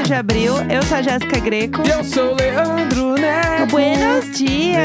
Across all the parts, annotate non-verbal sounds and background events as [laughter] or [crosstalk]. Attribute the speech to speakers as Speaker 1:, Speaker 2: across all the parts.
Speaker 1: é de abril. Eu sou a Jéssica Greco.
Speaker 2: E eu sou o Leandro Neco.
Speaker 1: Buenos dias!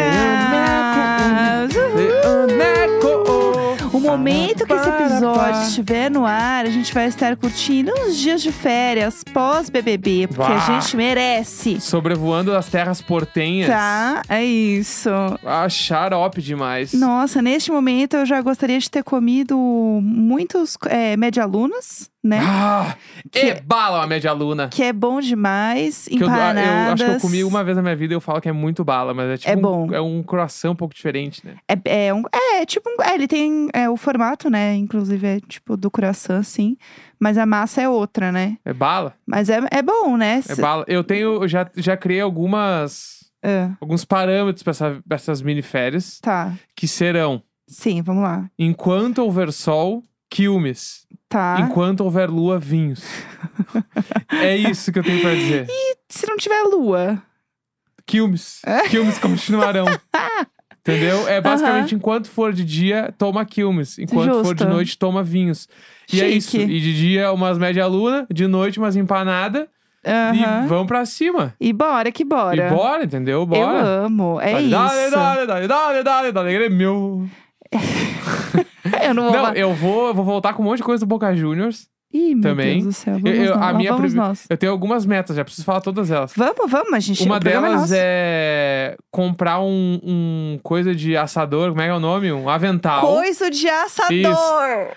Speaker 1: Uhul.
Speaker 2: Leandro Neco.
Speaker 1: O momento que esse episódio estiver no ar, a gente vai estar curtindo uns dias de férias pós-BBB, porque
Speaker 2: Vá.
Speaker 1: a gente merece.
Speaker 2: Sobrevoando as terras portenhas.
Speaker 1: Tá? É isso.
Speaker 2: Ah, xarope demais.
Speaker 1: Nossa, neste momento eu já gostaria de ter comido muitos é, medialunas, né?
Speaker 2: Ah,
Speaker 1: Que-
Speaker 2: que bala a média luna.
Speaker 1: Que é bom demais,
Speaker 2: Que eu, eu
Speaker 1: empanadas.
Speaker 2: acho que eu comi uma vez na minha vida e eu falo que é muito bala, mas é tipo
Speaker 1: É
Speaker 2: um-
Speaker 1: bom.
Speaker 2: é um croissant um pouco diferente, né?
Speaker 1: É, é, um- é, tipo um- é, ele tem é, o formato, né? Inclusive, é tipo do coração, sim. Mas a massa é outra, né?
Speaker 2: É bala?
Speaker 1: Mas é, é bom, né?
Speaker 2: É
Speaker 1: Se-
Speaker 2: bala. Eu tenho, eu já, já criei algumas,
Speaker 1: É,
Speaker 2: alguns parâmetros pra, essa- pra essas mini férias,
Speaker 1: tá.
Speaker 2: que serão,
Speaker 1: Sim, vamos lá.
Speaker 2: enquanto houver sol, quilmes.
Speaker 1: Tá.
Speaker 2: Enquanto houver lua, vinhos. é isso que eu tenho pra dizer.
Speaker 1: Se não tiver lua.
Speaker 2: Quilmes.
Speaker 1: É.
Speaker 2: Quilmes
Speaker 1: [laughs]
Speaker 2: continuarão. Entendeu? É basicamente enquanto for de dia, toma quilmes. Enquanto for de
Speaker 1: Justo.
Speaker 2: noite, toma vinhos. E é
Speaker 1: Chique.
Speaker 2: isso. E de dia, umas média luna, de noite, umas empanada.
Speaker 1: Aham.
Speaker 2: E vão pra cima.
Speaker 1: E bora que bora.
Speaker 2: E bora, entendeu?
Speaker 1: Eu
Speaker 2: Bora.
Speaker 1: amo. É
Speaker 2: dale, dale,
Speaker 1: isso.
Speaker 2: dale, dale, dale, dale, dale, Grêmio.
Speaker 1: [laughs] Eu não vou.
Speaker 2: Não,
Speaker 1: ma-
Speaker 2: eu vou, eu vou voltar com um monte de coisa do Boca Juniors.
Speaker 1: Ih, meu
Speaker 2: também.
Speaker 1: Deus do céu.
Speaker 2: Eu-
Speaker 1: Vamos,
Speaker 2: eu-
Speaker 1: nós.
Speaker 2: a
Speaker 1: lá
Speaker 2: minha
Speaker 1: vamos
Speaker 2: prime-
Speaker 1: nós.
Speaker 2: Eu tenho algumas metas, já preciso falar todas elas.
Speaker 1: Vamos, vamos, a gente.
Speaker 2: Uma
Speaker 1: o programa
Speaker 2: delas
Speaker 1: é.
Speaker 2: é comprar um, um coisa de assador, como é que é o nome? Um avental.
Speaker 1: nosso. Coisa de assador.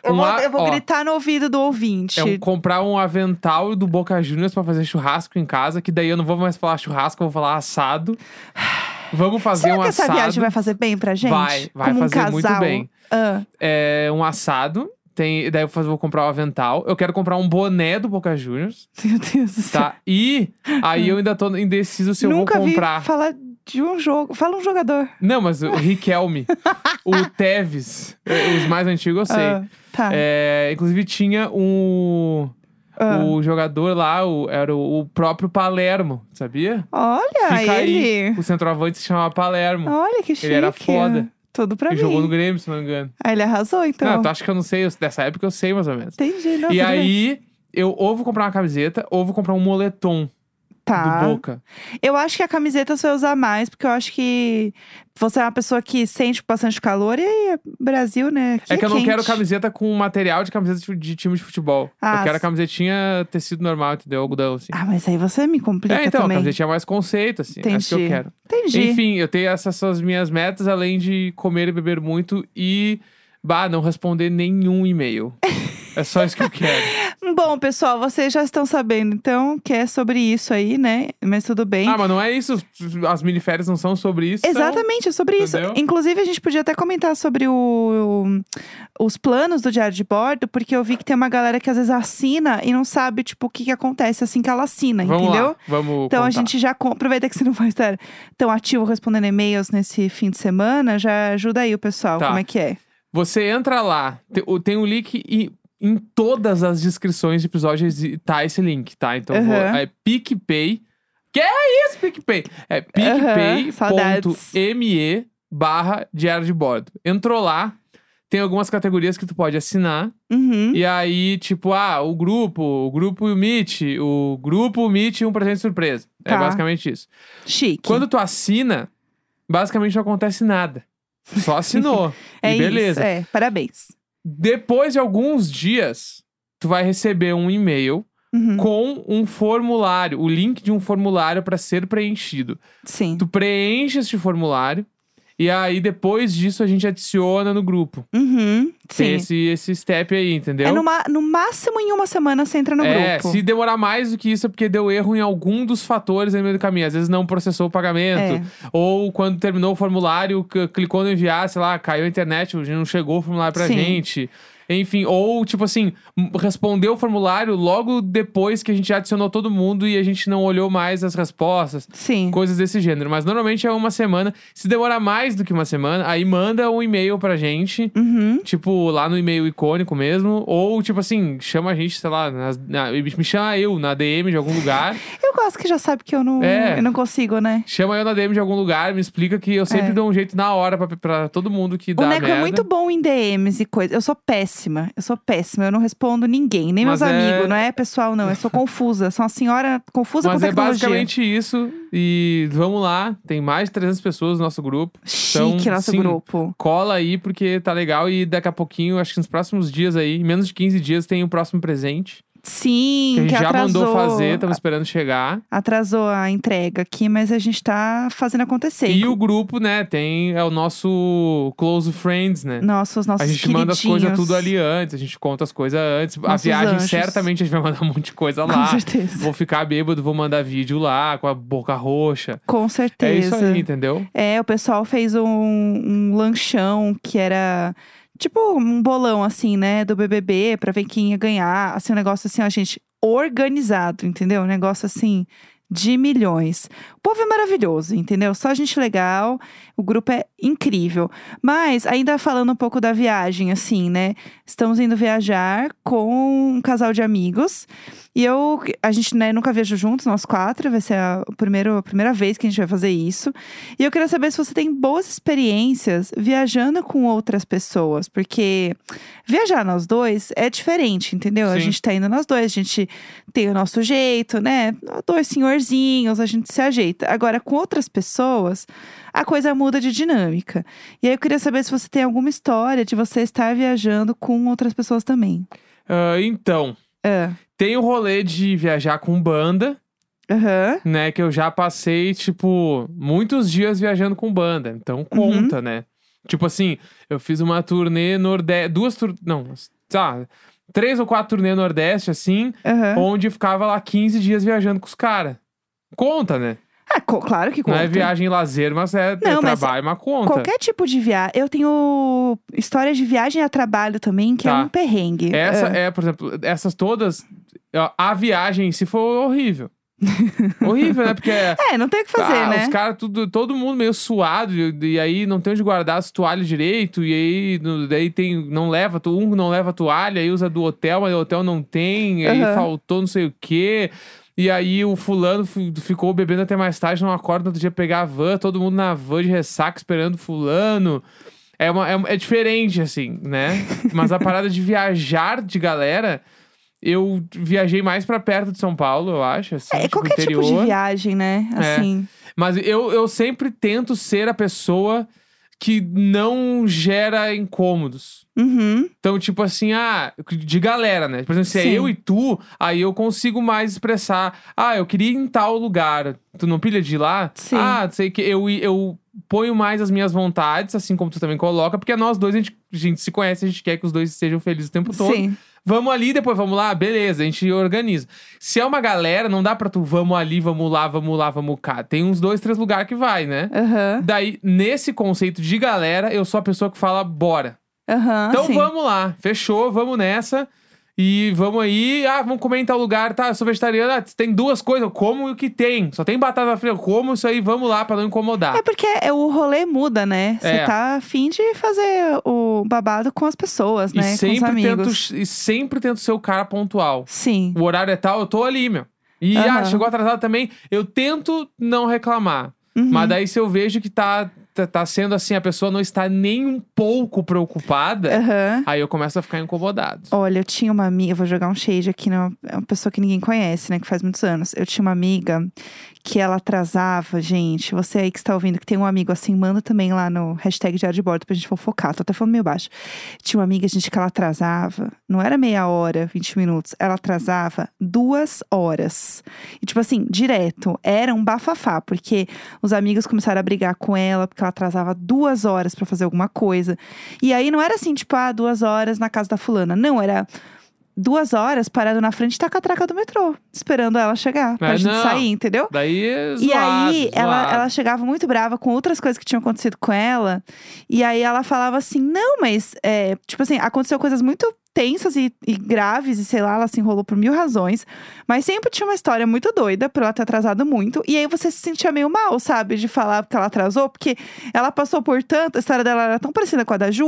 Speaker 1: Eu,
Speaker 2: Um
Speaker 1: vou,
Speaker 2: a-
Speaker 1: eu vou
Speaker 2: ó.
Speaker 1: gritar no ouvido do ouvinte.
Speaker 2: É um, comprar um avental do Boca Juniors pra fazer churrasco em casa, que daí eu não vou mais falar churrasco, eu vou falar assado. Vamos fazer
Speaker 1: Será
Speaker 2: um
Speaker 1: que
Speaker 2: assado.
Speaker 1: essa viagem vai fazer bem pra gente?
Speaker 2: Vai, vai
Speaker 1: Como um
Speaker 2: fazer
Speaker 1: casal.
Speaker 2: muito bem.
Speaker 1: Ah,
Speaker 2: É um assado. Tem, daí eu faz- vou comprar um avental. Eu quero comprar um boné do Boca Juniors,
Speaker 1: meu Deus do céu. [laughs]
Speaker 2: tá? E aí eu ainda tô indeciso se
Speaker 1: Nunca
Speaker 2: eu vou
Speaker 1: vi
Speaker 2: comprar.
Speaker 1: falar de um jogo. Fala um jogador.
Speaker 2: Não, mas o Riquelme,
Speaker 1: [laughs]
Speaker 2: o Tevez, eh, os mais antigos eu sei.
Speaker 1: Ah, tá.
Speaker 2: É, inclusive tinha um,
Speaker 1: Ah.
Speaker 2: o jogador lá, o- era o, o próprio Palermo, sabia?
Speaker 1: Olha
Speaker 2: Fica
Speaker 1: Ah, ele.
Speaker 2: aí. O centroavante se chamava Palermo.
Speaker 1: Olha que chique.
Speaker 2: Ele era foda.
Speaker 1: Tudo pra
Speaker 2: ele
Speaker 1: mim.
Speaker 2: jogou no Grêmio, se não me engano.
Speaker 1: Ah, ele arrasou, então.
Speaker 2: Não, tu acha que eu não sei? Eu- dessa época eu sei mais ou menos.
Speaker 1: Entendi. Não,
Speaker 2: tá. e
Speaker 1: tudo bem.
Speaker 2: aí, eu ou vou comprar uma camiseta, ou vou comprar um moletom
Speaker 1: tá.
Speaker 2: do Boca.
Speaker 1: Eu acho que a camiseta você vai usar mais, porque eu acho que você é uma pessoa que sente bastante calor e aí é Brasil, né? Aqui
Speaker 2: é que eu não
Speaker 1: quente.
Speaker 2: quero camiseta com material de camiseta de- de time de futebol.
Speaker 1: Ah,
Speaker 2: eu quero a
Speaker 1: s-
Speaker 2: camisetinha tecido normal, entendeu? Algodão, assim.
Speaker 1: Ah, mas aí você me complica
Speaker 2: é, então, a
Speaker 1: também.
Speaker 2: camisetinha é mais conceito, assim. É isso que eu
Speaker 1: Entendi.
Speaker 2: quero.
Speaker 1: Entendi.
Speaker 2: Enfim, eu tenho essas são as minhas metas, além de comer e beber muito e, bah, não responder nenhum e-mail. é só isso que eu
Speaker 1: [laughs]
Speaker 2: quero.
Speaker 1: Bom, pessoal, vocês já estão sabendo, então, que é sobre isso aí, né? Mas tudo bem.
Speaker 2: Ah, mas não é isso. As miniférias não são sobre isso. então-
Speaker 1: Exatamente, é sobre isso.
Speaker 2: Entendeu?
Speaker 1: Inclusive, a gente podia até comentar sobre o- os planos do diário de bordo, porque eu vi que tem uma galera que às vezes assina e não sabe, tipo, o que, que acontece assim que ela assina,
Speaker 2: vamos
Speaker 1: entendeu?
Speaker 2: Lá, vamos
Speaker 1: Então a
Speaker 2: contar.
Speaker 1: gente já com- aproveita que você não vai estar tão ativo respondendo e-mails nesse fim de semana, já ajuda aí o pessoal,
Speaker 2: Tá.
Speaker 1: como é que é?
Speaker 2: Você entra lá, te- o- tem o link e em todas as descrições de episódios exi- tá esse link, tá? Então vou,
Speaker 1: Aham.
Speaker 2: é PicPay. Que é isso, PicPay? É picpay.me barra diário de bordo. Entrou lá, tem algumas categorias que tu pode assinar.
Speaker 1: Uhum.
Speaker 2: E aí, tipo, ah, o grupo, o grupo e o Meet, o grupo Meet e um presente surpresa. É
Speaker 1: Tá.
Speaker 2: basicamente isso.
Speaker 1: Chique.
Speaker 2: Quando tu assina, basicamente não acontece nada. Só assinou.
Speaker 1: [laughs] é
Speaker 2: e beleza.
Speaker 1: isso, é. Parabéns.
Speaker 2: Depois de alguns dias, tu vai receber um e-mail
Speaker 1: Uhum.
Speaker 2: com um formulário, o link de um formulário para ser preenchido.
Speaker 1: Sim.
Speaker 2: Tu preenche este formulário e aí depois disso a gente adiciona no grupo.
Speaker 1: Uhum.
Speaker 2: Tem
Speaker 1: Sim.
Speaker 2: esse, esse step aí, entendeu?
Speaker 1: É no, ma- no máximo em uma semana você entra no
Speaker 2: é,
Speaker 1: grupo.
Speaker 2: se demorar mais do que isso é porque deu erro em algum dos fatores aí no meio do caminho. Às vezes não processou o
Speaker 1: É.
Speaker 2: pagamento. Ou quando terminou o formulário, c- clicou no enviar, sei lá, caiu a internet, não chegou o formulário pra
Speaker 1: Sim.
Speaker 2: gente. Enfim, ou tipo assim, m- respondeu o formulário logo depois que a gente adicionou todo mundo e a gente não olhou mais as respostas.
Speaker 1: Sim.
Speaker 2: Coisas desse gênero. Mas normalmente é uma semana. Se demorar mais do que uma semana, aí manda um e-mail pra gente.
Speaker 1: Uhum.
Speaker 2: Tipo, lá no e-mail icônico mesmo. Ou, tipo assim, chama a gente, sei lá, nas- na- me chama eu na DM de algum lugar. [laughs]
Speaker 1: Eu gosto que já sabe que eu não,
Speaker 2: É.
Speaker 1: eu não consigo, né?
Speaker 2: Chama eu na DM de algum lugar, me explica que eu sempre
Speaker 1: É.
Speaker 2: dou um jeito na hora pra, pra todo mundo que dá
Speaker 1: o Neco
Speaker 2: merda.
Speaker 1: é muito bom em DMs e coisa. Eu sou péssima. Eu sou péssima. Eu não respondo ninguém, nem
Speaker 2: Mas
Speaker 1: meus
Speaker 2: é-
Speaker 1: amigos. Não é pessoal, não. Eu sou confusa. Sou uma senhora confusa
Speaker 2: Mas
Speaker 1: com
Speaker 2: é
Speaker 1: tecnologia.
Speaker 2: basicamente isso. E vamos lá, tem mais de 300 pessoas no nosso grupo.
Speaker 1: Chique
Speaker 2: Então,
Speaker 1: nosso
Speaker 2: sim.
Speaker 1: grupo.
Speaker 2: Cola aí, porque tá legal. E daqui a pouquinho, acho que nos próximos dias aí, em menos de 15 dias, tem o próximo presente.
Speaker 1: Sim,
Speaker 2: que a gente já
Speaker 1: atrasou.
Speaker 2: mandou fazer, estamos esperando chegar.
Speaker 1: Atrasou a entrega aqui, mas a gente tá fazendo acontecer.
Speaker 2: E o grupo, né, tem... É o nosso close friends, né?
Speaker 1: Nossos, nossos
Speaker 2: a gente manda as coisas
Speaker 1: queridinhos.
Speaker 2: tudo ali antes, a gente conta as coisas antes. a
Speaker 1: Nossos
Speaker 2: viagem,
Speaker 1: anjos.
Speaker 2: certamente, a gente vai mandar um monte de coisa
Speaker 1: [laughs] Com
Speaker 2: lá.
Speaker 1: certeza.
Speaker 2: Vou ficar bêbado, vou mandar vídeo lá com a boca roxa.
Speaker 1: Com
Speaker 2: É isso
Speaker 1: certeza.
Speaker 2: aí, entendeu?
Speaker 1: É, o pessoal fez um, um lanchão que era tipo um bolão, assim, né? Do BBB pra ver quem ia ganhar. Assim, um negócio assim, ó, gente, organizado, entendeu? Um negócio assim de milhões. O povo é maravilhoso, entendeu? Só gente legal, o grupo é incrível. Mas, ainda falando um pouco da viagem, assim, né? Estamos indo viajar com um casal de amigos. E eu, a gente né, nunca viajou juntos, nós quatro, vai ser a, o primeiro, a primeira vez que a gente vai fazer isso. E eu queria saber se você tem boas experiências viajando com outras pessoas, porque viajar nós dois é diferente, entendeu? A
Speaker 2: Sim.
Speaker 1: gente tá indo nós dois, a gente tem o nosso jeito, né? Dois senhorzinhos, a gente se ajeita. Agora, com outras pessoas, a coisa muda de dinâmica. E aí eu queria saber se você tem alguma história de você estar viajando com outras pessoas também.
Speaker 2: Ah, então,
Speaker 1: É.
Speaker 2: tem o rolê de viajar com banda,
Speaker 1: Aham.
Speaker 2: né? Que eu já passei, tipo, muitos dias viajando com banda.
Speaker 1: Uhum.
Speaker 2: Então, conta, né? Tipo assim, eu fiz uma turnê nordeste... Duas tur... Não, tá... Três ou quatro turnê nordeste, assim...
Speaker 1: Aham.
Speaker 2: Onde ficava lá 15 dias viajando com os caras. Conta, né?
Speaker 1: Ah, co- claro que
Speaker 2: Não
Speaker 1: conta.
Speaker 2: é viagem e lazer, mas é, é
Speaker 1: Não, mas
Speaker 2: trabalho, mas conta.
Speaker 1: Qualquer tipo de viagem. Eu tenho história de viagem a trabalho também, que é
Speaker 2: Tá.
Speaker 1: um perrengue.
Speaker 2: Essa
Speaker 1: Ah,
Speaker 2: é, por exemplo, essas todas. ó, A viagem, se for
Speaker 1: [laughs]
Speaker 2: horrível. horrível, né? Porque.
Speaker 1: é, não tem o que fazer,
Speaker 2: ah,
Speaker 1: né?
Speaker 2: Os caras, tudo- todo mundo meio suado, e, e aí não tem onde guardar as toalhas direito, e aí no- daí tem, não leva, to- um não leva toalha, aí usa do hotel, mas o hotel não tem, e aí
Speaker 1: Aham.
Speaker 2: faltou não sei o quê. E aí o fulano fi- ficou bebendo até mais tarde, não acorda no outro dia pegar a van, todo mundo na van de ressaca esperando o fulano. É, uma, é, uma- é diferente, assim,
Speaker 1: [laughs]
Speaker 2: né? Mas a parada de viajar de galera, eu viajei mais pra perto de São Paulo, eu acho. Assim,
Speaker 1: É,
Speaker 2: tipo,
Speaker 1: qualquer
Speaker 2: interior.
Speaker 1: tipo de viagem, né?
Speaker 2: É.
Speaker 1: Assim.
Speaker 2: Mas eu, eu sempre tento ser a pessoa que não gera incômodos.
Speaker 1: Uhum.
Speaker 2: Então, tipo assim, ah, de galera, né? Por exemplo, se
Speaker 1: Sim.
Speaker 2: é eu e tu, aí eu consigo mais expressar. Ah, eu queria ir em tal lugar. Tu não pilha de ir lá?
Speaker 1: Sim.
Speaker 2: Ah, sei que eu, eu ponho mais as minhas vontades, assim como tu também coloca, porque nós dois, a gente, a gente se conhece, a gente quer que os dois sejam felizes o tempo todo.
Speaker 1: Sim.
Speaker 2: Vamos ali, depois vamos lá, beleza, a gente organiza. Se é uma galera, não dá pra tu vamos ali, vamos lá, vamos lá, vamos cá. Tem uns dois, três lugares que vai, né?
Speaker 1: Aham.
Speaker 2: Daí, nesse conceito de galera, eu sou a pessoa que fala bora.
Speaker 1: Aham.
Speaker 2: então
Speaker 1: Ah, sim.
Speaker 2: vamos lá, fechou, vamos nessa. E vamos aí, ah, vamos comer em tal lugar, tá? Eu sou vegetariano, ah, tem duas coisas, eu como o que tem. Só tem batata frita, eu como isso aí, vamos lá pra não incomodar.
Speaker 1: É porque é- o rolê muda, né? Você
Speaker 2: É.
Speaker 1: tá afim de fazer o babado com as pessoas, né?
Speaker 2: e,
Speaker 1: com os
Speaker 2: sempre tento,
Speaker 1: amigos.
Speaker 2: e sempre tento ser o cara pontual.
Speaker 1: Sim.
Speaker 2: O horário é tal, eu tô ali, meu. E
Speaker 1: Aham.
Speaker 2: ah, chegou atrasado também. Eu tento não reclamar.
Speaker 1: Uhum.
Speaker 2: Mas daí, se eu vejo que tá, tá, tá sendo assim, a pessoa não está nem um pouco preocupada,
Speaker 1: Aham.
Speaker 2: aí eu começo a ficar incomodado.
Speaker 1: Olha, eu tinha uma amiga, eu vou jogar um shade aqui, né? É uma pessoa que ninguém conhece, né? Que faz muitos anos. Eu tinha uma amiga que ela atrasava, gente. Você aí que está ouvindo, que tem um amigo assim, manda também lá no hashtag Diário de Bordo pra gente fofocar. Tô até falando meio baixo. Tinha uma amiga, gente, que ela atrasava. Não era meia hora, 20 minutos. Ela atrasava duas horas. E, tipo assim, direto. Era um bafafá, porque os amigos começaram a brigar com ela, porque ela atrasava duas horas pra fazer alguma coisa. E aí não era assim, tipo, ah, duas horas na casa da fulana. Não, era duas horas parado na frente da catraca do metrô, esperando ela chegar pra
Speaker 2: Mas
Speaker 1: gente
Speaker 2: não.
Speaker 1: sair, entendeu?
Speaker 2: Daí é
Speaker 1: E
Speaker 2: zoado,
Speaker 1: aí, ela,
Speaker 2: zoado.
Speaker 1: ela chegava muito brava com outras coisas que tinham acontecido com ela. E aí ela falava assim: não, mas, é, tipo assim, aconteceu coisas muito tensas e, e graves, e sei lá, ela se enrolou por mil razões. Mas sempre tinha uma história muito doida por ela ter atrasado muito. E aí você se sentia meio mal, sabe? De falar que ela atrasou, porque ela passou por tanto, a história dela era tão parecida com a da Ju,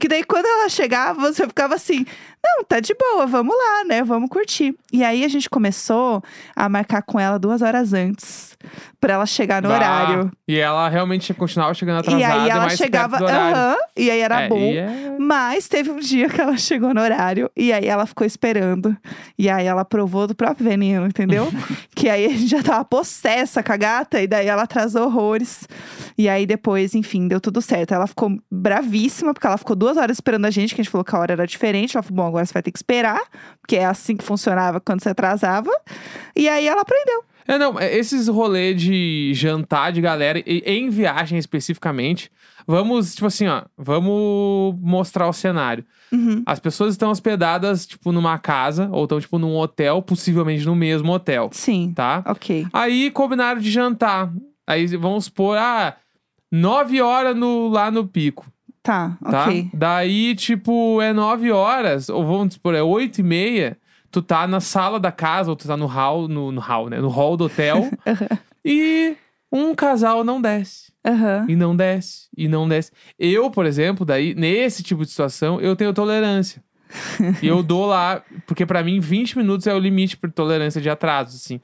Speaker 1: que daí quando ela chegava, você ficava assim: não, tá de boa, vamos lá, né? Vamos curtir. E aí a gente começou a marcar com ela duas horas antes, pra ela chegar no
Speaker 2: Bah.
Speaker 1: horário.
Speaker 2: E ela realmente continuava chegando atrasada.
Speaker 1: e aí ela
Speaker 2: mais perto
Speaker 1: chegava,
Speaker 2: do horário.
Speaker 1: aham, e aí era
Speaker 2: É,
Speaker 1: bom.
Speaker 2: e é-
Speaker 1: Mas teve um dia que ela chegou no horário e aí ela ficou esperando. E aí ela provou do próprio
Speaker 2: [laughs]
Speaker 1: veneno, entendeu? que aí a gente já tava possessa com a gata e daí ela atrasou horrores. E aí depois, enfim, deu tudo certo. Ela ficou bravíssima, porque ela ficou duas horas esperando a gente, que a gente falou que a hora era diferente. Ela falou, bom, agora você vai ter que esperar, porque é assim que funcionava quando você atrasava. E aí ela aprendeu.
Speaker 2: É, não, é, esses rolê de jantar de galera, e- em viagem especificamente, vamos, tipo assim, ó, vamos mostrar o cenário.
Speaker 1: Uhum.
Speaker 2: As pessoas estão hospedadas, tipo, numa casa, ou estão, tipo, num hotel, possivelmente no mesmo hotel,
Speaker 1: Sim.
Speaker 2: tá?
Speaker 1: Ok.
Speaker 2: Aí combinaram de jantar. Aí vamos supor, ah, 9 horas no, lá no pico,
Speaker 1: Tá,
Speaker 2: tá?
Speaker 1: ok.
Speaker 2: Daí, tipo, é 9 horas, ou vamos supor, é 8 e meia, tu tá na sala da casa, ou tu tá no hall, no, no hall, né? No hall do hotel. e um casal não desce.
Speaker 1: Aham.
Speaker 2: E não desce. E não desce. Eu, por exemplo, daí, nesse tipo de situação, eu tenho tolerância. e eu dou lá, porque pra mim 20 minutos é o limite por tolerância de atraso, assim.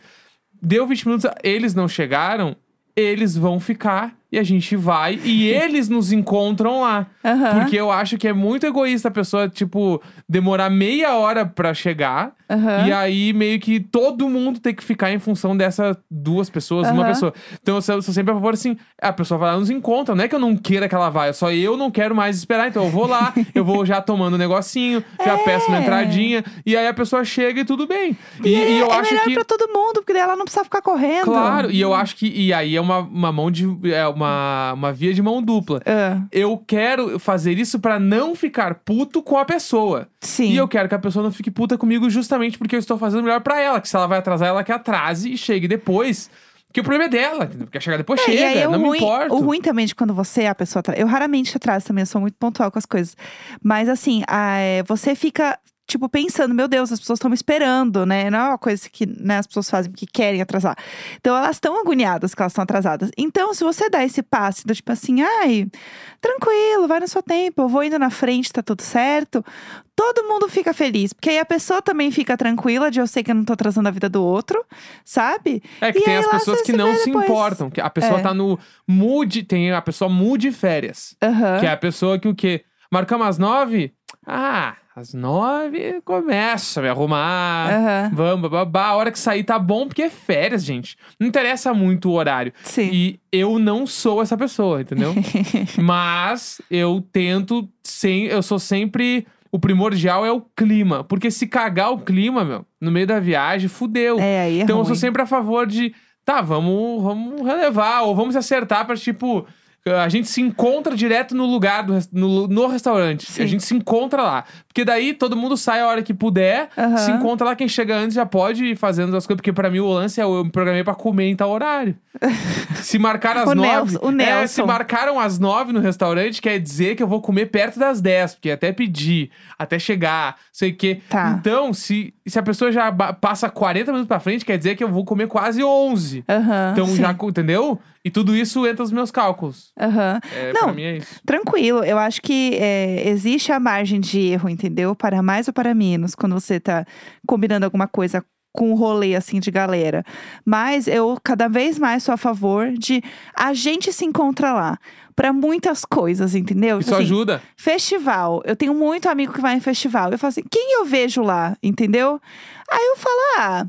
Speaker 2: Deu 20 minutos, eles não chegaram, eles vão ficar e a gente vai e eles nos encontram lá.
Speaker 1: Aham.
Speaker 2: Porque eu acho que é muito egoísta a pessoa, tipo, demorar meia hora pra chegar
Speaker 1: Aham.
Speaker 2: e aí, meio que todo mundo tem que ficar em função dessas duas pessoas, uma
Speaker 1: Aham.
Speaker 2: pessoa. Então, eu sou, sou sempre a favor assim: a pessoa vai lá e nos encontra. Não é que eu não queira que ela vá, só eu não quero mais esperar. Então, eu vou
Speaker 1: [laughs]
Speaker 2: lá, eu vou já tomando um negocinho, já
Speaker 1: É.
Speaker 2: peço uma entradinha. E aí, a pessoa chega e tudo bem. E,
Speaker 1: é,
Speaker 2: e eu
Speaker 1: é
Speaker 2: acho
Speaker 1: melhor
Speaker 2: que.
Speaker 1: pra todo mundo, porque daí ela não precisa ficar correndo.
Speaker 2: Claro, e eu acho que. E aí é uma, uma mão de. É uma, uma via de mão dupla.
Speaker 1: Ah,
Speaker 2: Eu quero fazer isso pra não ficar puto com a pessoa.
Speaker 1: sim.
Speaker 2: E eu quero que a pessoa não fique puta comigo justamente porque eu estou fazendo o melhor pra ela. Que se ela vai atrasar, ela que atrase e chegue depois. Que o problema é dela, entendeu? Porque chegar depois
Speaker 1: É, e
Speaker 2: chega,
Speaker 1: aí, o
Speaker 2: não me
Speaker 1: ruim,
Speaker 2: importa.
Speaker 1: O ruim também de quando você é a pessoa atrás. Eu raramente atraso também, eu sou muito pontual com as coisas. Mas assim, ah, é, você fica, tipo, pensando, meu Deus, as pessoas estão me esperando, né? Não é uma coisa que né, as pessoas fazem porque querem atrasar. Então elas estão agoniadas que elas estão atrasadas. Então, se você dá esse passe do tipo assim, ai, tranquilo, vai no seu tempo, eu vou indo na frente, tá tudo certo. Todo mundo fica feliz, porque aí a pessoa também fica tranquila de eu sei que eu não tô atrasando a vida do outro, sabe?
Speaker 2: É que
Speaker 1: E
Speaker 2: tem
Speaker 1: aí
Speaker 2: as
Speaker 1: lá
Speaker 2: pessoas
Speaker 1: você
Speaker 2: que
Speaker 1: se
Speaker 2: não
Speaker 1: vê
Speaker 2: se
Speaker 1: depois.
Speaker 2: importam. Que a pessoa
Speaker 1: É.
Speaker 2: tá no mood. Tem a pessoa mood férias.
Speaker 1: Aham.
Speaker 2: Que é a pessoa que o quê? Marcamos às nove? Ah, às nove começa a me arrumar.
Speaker 1: Aham.
Speaker 2: Vamos, babá. A hora que sair tá bom, porque é férias, gente. Não interessa muito o horário.
Speaker 1: Sim.
Speaker 2: E eu não sou essa pessoa,
Speaker 1: [laughs]
Speaker 2: entendeu? Mas eu tento sem, eu sou sempre o primordial é o clima, porque se cagar o clima, meu, no meio da viagem, fudeu.
Speaker 1: É, aí é
Speaker 2: então eu
Speaker 1: ruim.
Speaker 2: sou sempre a favor de, tá, vamos, vamos relevar ou vamos se acertar para tipo a gente se encontra direto no lugar do res- no, lu- no restaurante.
Speaker 1: Sim.
Speaker 2: A gente se encontra lá. Porque daí todo mundo sai a hora que puder,
Speaker 1: Aham.
Speaker 2: se encontra lá quem chega antes já pode ir fazendo as coisas, porque pra mim o lance é eu me programei pra comer em tal
Speaker 1: [laughs]
Speaker 2: horário. se marcar às
Speaker 1: O
Speaker 2: nove,
Speaker 1: Nelson- o
Speaker 2: é, se
Speaker 1: Nelson.
Speaker 2: marcaram às nove no restaurante, quer dizer que eu vou comer perto das dez, porque até pedir, até chegar, sei o quê.
Speaker 1: Tá.
Speaker 2: Então, se, se a pessoa já ba- passa 40 minutos pra frente, quer dizer que eu vou comer quase 11.
Speaker 1: Aham,
Speaker 2: Então
Speaker 1: Ah, sim.
Speaker 2: já, co- entendeu? E tudo isso entra nos meus cálculos.
Speaker 1: Aham.
Speaker 2: É,
Speaker 1: Não.
Speaker 2: Pra mim é isso.
Speaker 1: Tranquilo, eu acho que é, existe a margem de erro, entendeu? Para mais ou para menos, quando você tá combinando alguma coisa com um rolê assim de galera. Mas eu cada vez mais sou a favor de a gente se encontra lá para muitas coisas, entendeu?
Speaker 2: Isso
Speaker 1: Assim,
Speaker 2: ajuda.
Speaker 1: Festival. Eu tenho muito amigo que vai em festival. Eu falo assim, quem eu vejo lá, entendeu? Aí eu falo, ah,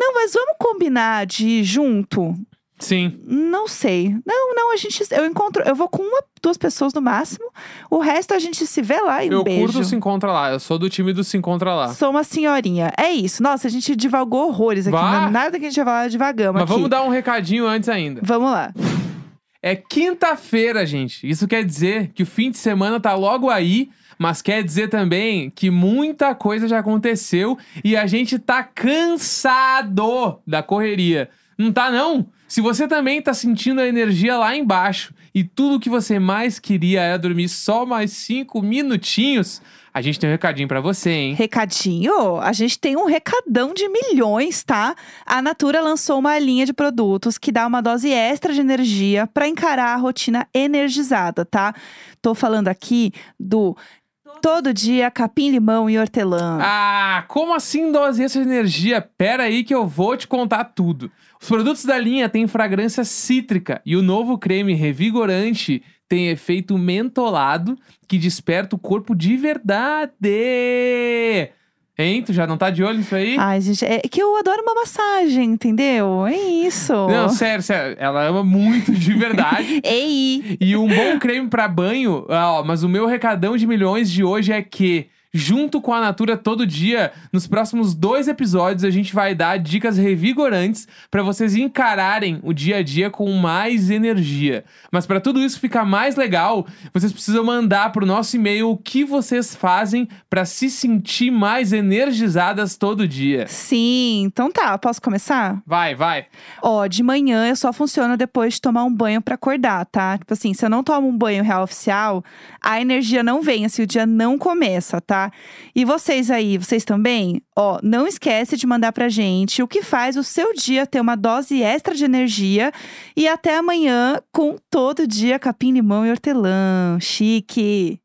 Speaker 1: não, mas vamos combinar de ir junto.
Speaker 2: Sim.
Speaker 1: Não sei. Não, não, a gente. Eu encontro. Eu vou com uma, duas pessoas no máximo. O resto a gente se vê lá e um
Speaker 2: eu
Speaker 1: beijo.
Speaker 2: curto Ah. o Se Encontra Lá. Eu sou do time do Se Encontra Lá.
Speaker 1: Sou uma senhorinha. É isso. Nossa, a gente divagou horrores aqui.
Speaker 2: Vá.
Speaker 1: Não é nada que a gente vai falar divagamos
Speaker 2: Mas
Speaker 1: aqui.
Speaker 2: vamos dar um recadinho antes ainda.
Speaker 1: Vamos lá.
Speaker 2: É quinta-feira, gente. Isso quer dizer que o fim de semana tá logo aí, mas quer dizer também que muita coisa já aconteceu e a gente tá cansado da correria. Não tá não? Se você também tá sentindo a energia lá é embaixo e tudo que você mais queria era dormir só mais cinco minutinhos, A gente tem um recadinho pra você, hein?
Speaker 1: Recadinho, a gente tem um recadão de milhões, tá? A Natura lançou uma linha de produtos que dá uma dose extra de energia para encarar a rotina energizada, tá? Tô falando aqui do todo dia capim, limão e hortelã.
Speaker 2: Ah, como assim dose extra de energia? Pera aí que eu vou te contar tudo. Os produtos da linha têm fragrância cítrica e o novo creme revigorante tem efeito mentolado que desperta o corpo de verdade. Hein? Tu já não tá de olho nisso aí?
Speaker 1: Ai, gente, é que eu adoro uma massagem, entendeu? É isso.
Speaker 2: Não, sério, sério. Ela ama muito de verdade.
Speaker 1: Ei!
Speaker 2: E um bom creme pra banho, ah, ó, mas o meu recadão de milhões de hoje é que, junto com a Natura todo dia, nos próximos dois episódios a gente vai dar dicas revigorantes pra vocês encararem o dia a dia com mais energia. Mas pra tudo isso ficar mais legal, vocês precisam mandar pro nosso e-mail o que vocês fazem pra se sentir mais energizadas todo dia.
Speaker 1: Sim, então tá, posso começar?
Speaker 2: Vai, vai.
Speaker 1: Ó, de manhã eu só funciono depois de tomar um banho pra acordar, tá? Tipo assim, se eu não tomo um banho real oficial, a energia não vem, assim, o dia não começa, tá? E vocês aí, vocês também? Ó, não esquece de mandar pra gente o que faz o seu dia ter uma dose extra de energia. E até amanhã com todo dia capim, limão e hortelã. Chique!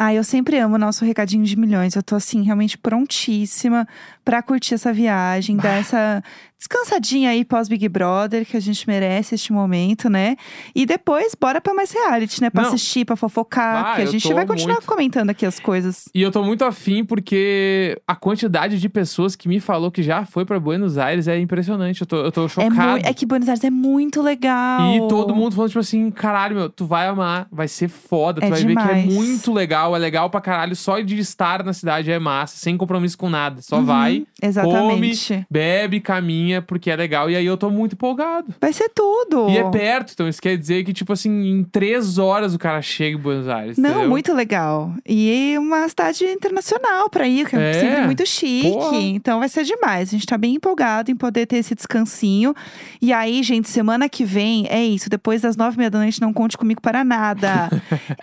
Speaker 1: Ah, eu sempre amo o nosso recadinho de milhões. Eu tô, assim, realmente prontíssima pra curtir essa viagem, dar essa descansadinha aí pós-Big Brother, que a gente merece este momento, né? E depois, bora pra mais reality, né? Pra
Speaker 2: Não.
Speaker 1: assistir, pra fofocar,
Speaker 2: Ah,
Speaker 1: que a
Speaker 2: eu
Speaker 1: gente
Speaker 2: tô
Speaker 1: vai continuar
Speaker 2: muito.
Speaker 1: comentando aqui as coisas.
Speaker 2: E eu tô muito afim porque a quantidade de pessoas que me falou que já foi pra Buenos Aires é impressionante. Eu tô, eu tô
Speaker 1: É,
Speaker 2: chocado.
Speaker 1: mui- é que tá Buenos Aires é muito legal.
Speaker 2: E todo mundo falando, tipo assim, caralho, meu, tu vai amar, vai ser foda, tu
Speaker 1: É
Speaker 2: vai ver que é
Speaker 1: demais.
Speaker 2: muito legal, é legal pra caralho, só de estar na cidade é massa, sem compromisso com nada. Só
Speaker 1: Uhum,
Speaker 2: vai,
Speaker 1: Exatamente.
Speaker 2: bebe, caminha, porque é legal. E aí eu tô muito empolgado.
Speaker 1: Vai ser tudo.
Speaker 2: E é perto, então isso quer dizer que, tipo assim, em três horas o cara chega em Buenos Aires.
Speaker 1: Não,
Speaker 2: entendeu?
Speaker 1: muito legal. E uma cidade internacional pra ir, que é,
Speaker 2: É,
Speaker 1: sempre muito chique.
Speaker 2: porra.
Speaker 1: Então vai ser demais. A gente tá bem empolgado em poder ter esse descansinho. E aí, gente, semana que vem é isso. Depois das nove e meia da noite, não conte comigo
Speaker 2: [laughs]
Speaker 1: para nada.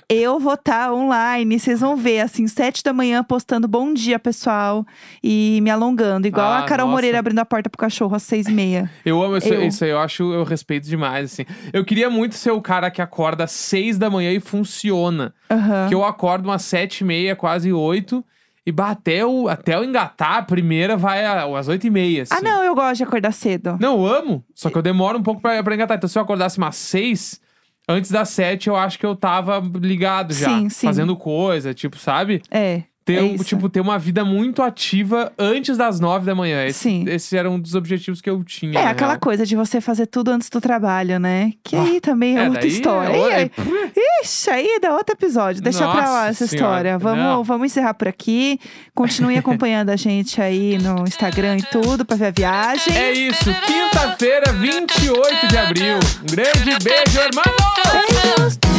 Speaker 1: Eu vou estar online, vocês vão ver, assim, sete da manhã, postando bom dia, pessoal. E me alongando. Igual
Speaker 2: Ah,
Speaker 1: a Carol
Speaker 2: nossa.
Speaker 1: Moreira abrindo a porta pro cachorro às seis e meia.
Speaker 2: Eu amo isso,
Speaker 1: Eu.
Speaker 2: isso aí, eu acho, eu respeito demais, assim. Eu queria muito ser o cara que acorda às seis da manhã e funciona.
Speaker 1: Aham.
Speaker 2: Que eu acordo umas sete e meia, quase oito, e bah, até eu, até eu engatar a primeira vai a- às oito e meia, assim.
Speaker 1: Ah, não, eu gosto de acordar cedo.
Speaker 2: Não, eu amo, só que eu demoro um pouco pra, pra engatar. Então se eu acordasse umas seis, antes das sete, eu acho que eu tava ligado já.
Speaker 1: Sim, sim.
Speaker 2: Fazendo coisa, tipo, sabe?
Speaker 1: É.
Speaker 2: Ter,
Speaker 1: é
Speaker 2: um-
Speaker 1: isso.
Speaker 2: tipo, ter uma vida muito ativa antes das nove da manhã. Esse,
Speaker 1: Sim.
Speaker 2: Esse era um dos objetivos que eu tinha.
Speaker 1: É,
Speaker 2: na
Speaker 1: aquela
Speaker 2: real.
Speaker 1: coisa de você fazer tudo antes do trabalho, né? Que aí também é,
Speaker 2: É,
Speaker 1: outra
Speaker 2: daí é
Speaker 1: história. Aí
Speaker 2: outra-
Speaker 1: é- Ixi, aí dá outro episódio. Deixa pra lá
Speaker 2: Nossa
Speaker 1: essa
Speaker 2: Senhora,
Speaker 1: história. Vamos,
Speaker 2: não.
Speaker 1: vamos encerrar por aqui.
Speaker 2: [laughs]
Speaker 1: Continue acompanhando a gente aí no Instagram e tudo pra ver a viagem.
Speaker 2: É isso, quinta-feira, 28 de abril. Um grande beijo, irmão!
Speaker 1: Beijos!